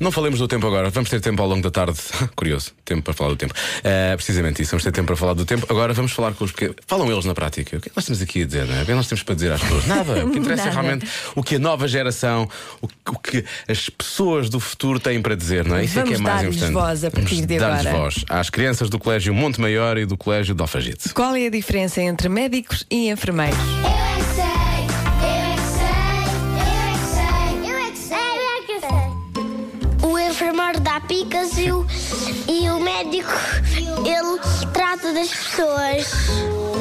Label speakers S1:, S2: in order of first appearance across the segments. S1: Não falemos do tempo agora, vamos ter tempo ao longo da tarde. Curioso, tempo para falar do tempo. Eh, precisamente isso, vamos ter tempo para falar do tempo. Agora vamos falar com os pequenos. Falam eles na prática. O que é que nós temos aqui a dizer, não é? O que é que nós temos para dizer às pessoas? Nada. O que interessa é
S2: Nada.
S1: realmente o que a nova geração, o, o que as pessoas do futuro têm para dizer, não é? Isso é que é
S2: Vamos
S1: mais
S2: dar-lhes
S1: importante.
S2: voz a partir
S1: Vamos
S2: de
S1: dar-lhes
S2: agora.
S1: voz às crianças do Colégio Monte Maior e do Colégio de Alfagite.
S2: Qual é a diferença entre médicos e enfermeiros?
S3: Eu é que sei, eu é que sei, eu é que sei, eu é que sei, eu é que sei.
S4: O enfermeiro dá picas e o, e o médico ele trata das pessoas.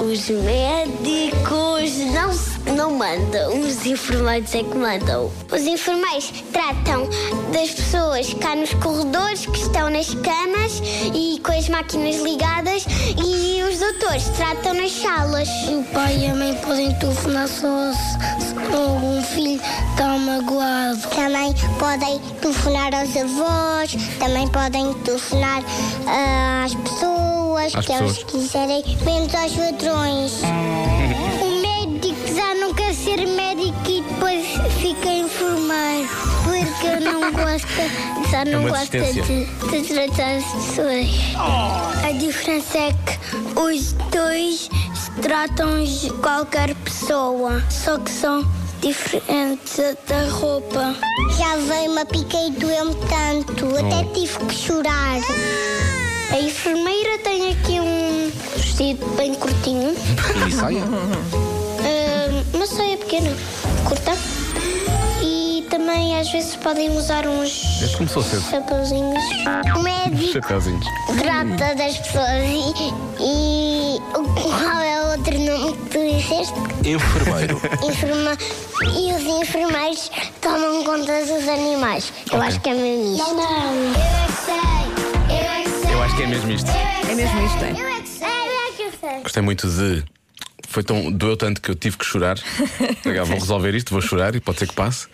S4: Os médicos não, se- não mandam, os enfermeiros é que mandam.
S3: Os enfermeiros tratam das pessoas cá nos corredores que estão nas camas e com as máquinas ligadas e os doutores tratam nas salas.
S4: O pai e a mãe podem telefonar só se algum filho está magoado.
S3: Também podem telefonar aos avós, também podem telefonar ah, às pessoas
S1: Às
S3: que eles
S1: pessoas.
S3: quiserem, menos aos ladrões. o médico já não quer ser médico e depois fica enfermeiro, porque eu não gosto, já
S1: não uma gosto desistência. de-
S3: tratar as pessoas. A diferença é que os dois tratam qualquer pessoa, só que são diferentes da roupa. Já veio uma pica e doeu-me tanto, até
S1: Oh.
S3: tive que chorar. A enfermeira tem aqui um vestido bem curtinho,
S1: E saia.
S3: ah, uma saia pequena, curta. E também às vezes podem usar uns
S1: Este começou cedo.
S3: chapeuzinhos. O médico
S1: Chapeuzinhos.
S3: trata das pessoas e, e o- qual é o outro nome que tu disseste?
S5: Enfermeiro.
S3: Enferma, e os enfermeiros tomam conta dos animais. Eu acho que é mesmo isto. Não, não. Eu é que sei, eu é que sei.
S1: Eu acho que é mesmo isto.
S2: É mesmo isto, é?
S3: Eu é que sei, eu é que sei.
S1: Gostei muito de. Foi tão. doeu tanto que eu tive que chorar. Legal, vou resolver isto, vou chorar e pode ser que passe.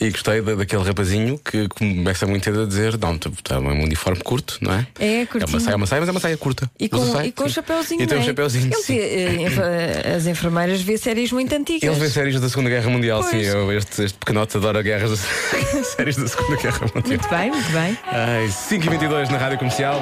S1: E gostei da, daquele rapazinho que começa muito cedo a dizer: não, tu tu é um uniforme curto, não é?
S2: É,
S1: É uma
S2: curtinho.
S1: saia, é uma saia, mas é uma saia curta.
S2: E
S1: Usa
S2: com,
S1: saia,
S2: e com um
S1: sim.
S2: chapeuzinho.
S1: E tem um
S2: não é?
S1: chapeuzinho.
S2: Ele
S1: sim.
S2: vê, eh, enf- as enfermeiras vê séries muito antigas.
S1: Ele vê séries da Segunda Guerra Mundial,
S2: Pois.
S1: sim. Eu, este, este pequenote adora guerras da- séries da Segunda Guerra Mundial.
S2: Muito bem, muito bem.
S1: Ai, 5h22 na rádio comercial.